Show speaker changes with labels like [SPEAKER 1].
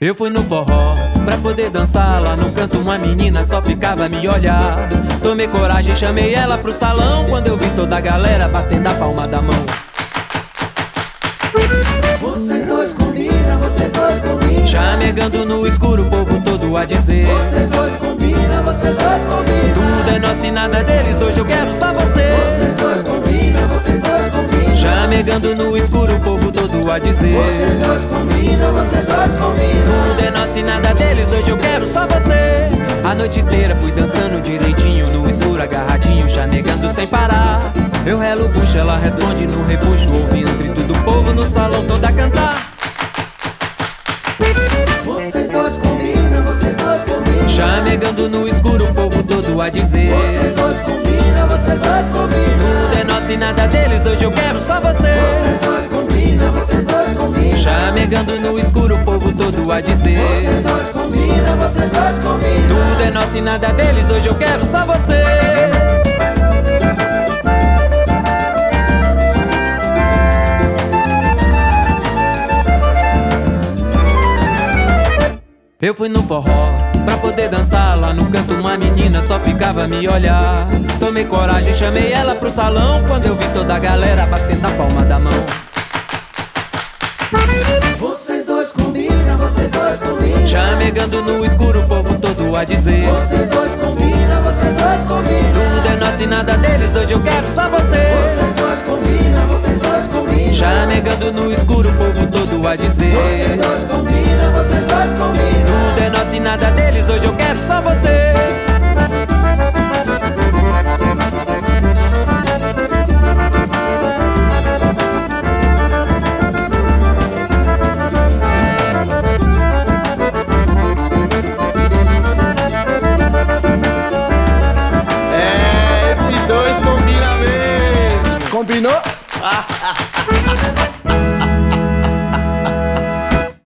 [SPEAKER 1] Eu fui no forró pra poder dançar lá no canto uma menina só ficava me olhar. Tomei coragem, chamei ela pro salão quando eu vi toda a galera batendo a palma da mão.
[SPEAKER 2] Vocês dois combinam, vocês dois combinam.
[SPEAKER 1] Chamegando no escuro, o povo todo a dizer:
[SPEAKER 2] Vocês dois combinam, vocês dois combinam.
[SPEAKER 1] Tudo é nosso e nada deles, hoje eu quero só você.
[SPEAKER 2] Vocês dois combinam, vocês dois combinam.
[SPEAKER 1] Chamegando no escuro, o povo todo a dizer:
[SPEAKER 2] Vocês dois combinam, vocês dois combinam.
[SPEAKER 1] Tudo é nosso e nada deles, hoje eu quero só você. A noite inteira fui dançando direitinho, no escuro agarradinho, já negando sem parar. Eu relo puxo, ela responde no repuxo, ouvindo o grito do povo no salão toda a cantar. é-
[SPEAKER 2] Vocês dois combinam, vocês dois combinam.
[SPEAKER 1] Chamegando no escuro, o povo todo a dizer:
[SPEAKER 2] Vocês dois combinam, vocês dois combinam.
[SPEAKER 1] Tudo é nosso e nada deles, hoje eu quero só você.
[SPEAKER 2] Vocês dois combinam, vocês dois combinam.
[SPEAKER 1] Chamegando no escuro, o povo todo a dizer:
[SPEAKER 2] Vocês dois combinam, vocês dois combinam.
[SPEAKER 1] Tudo é nosso e nada deles, hoje eu quero só você. Eu fui no forró pra poder dançar lá no canto uma menina só ficava me olhar. Tomei coragem, chamei ela pro salão quando eu vi toda a galera batendo a palma da mão.
[SPEAKER 2] Vocês dois combinam, vocês dois combinam.
[SPEAKER 1] Chamegando no escuro, o povo todo a dizer:
[SPEAKER 2] Vocês dois combinam, vocês dois combinam.
[SPEAKER 1] Tudo é nosso e nada deles, hoje eu quero só você.
[SPEAKER 2] Vocês dois combinam, vocês dois combinam.
[SPEAKER 1] Chamegando no escuro, o povo todo a
[SPEAKER 2] Vocês
[SPEAKER 1] dizer:
[SPEAKER 2] dois combinam, vocês dois combinam.
[SPEAKER 1] Tudo é nosso e nada deles, hoje eu quero só você.
[SPEAKER 3] É, esses dois combinam mesmo.
[SPEAKER 4] Combinou?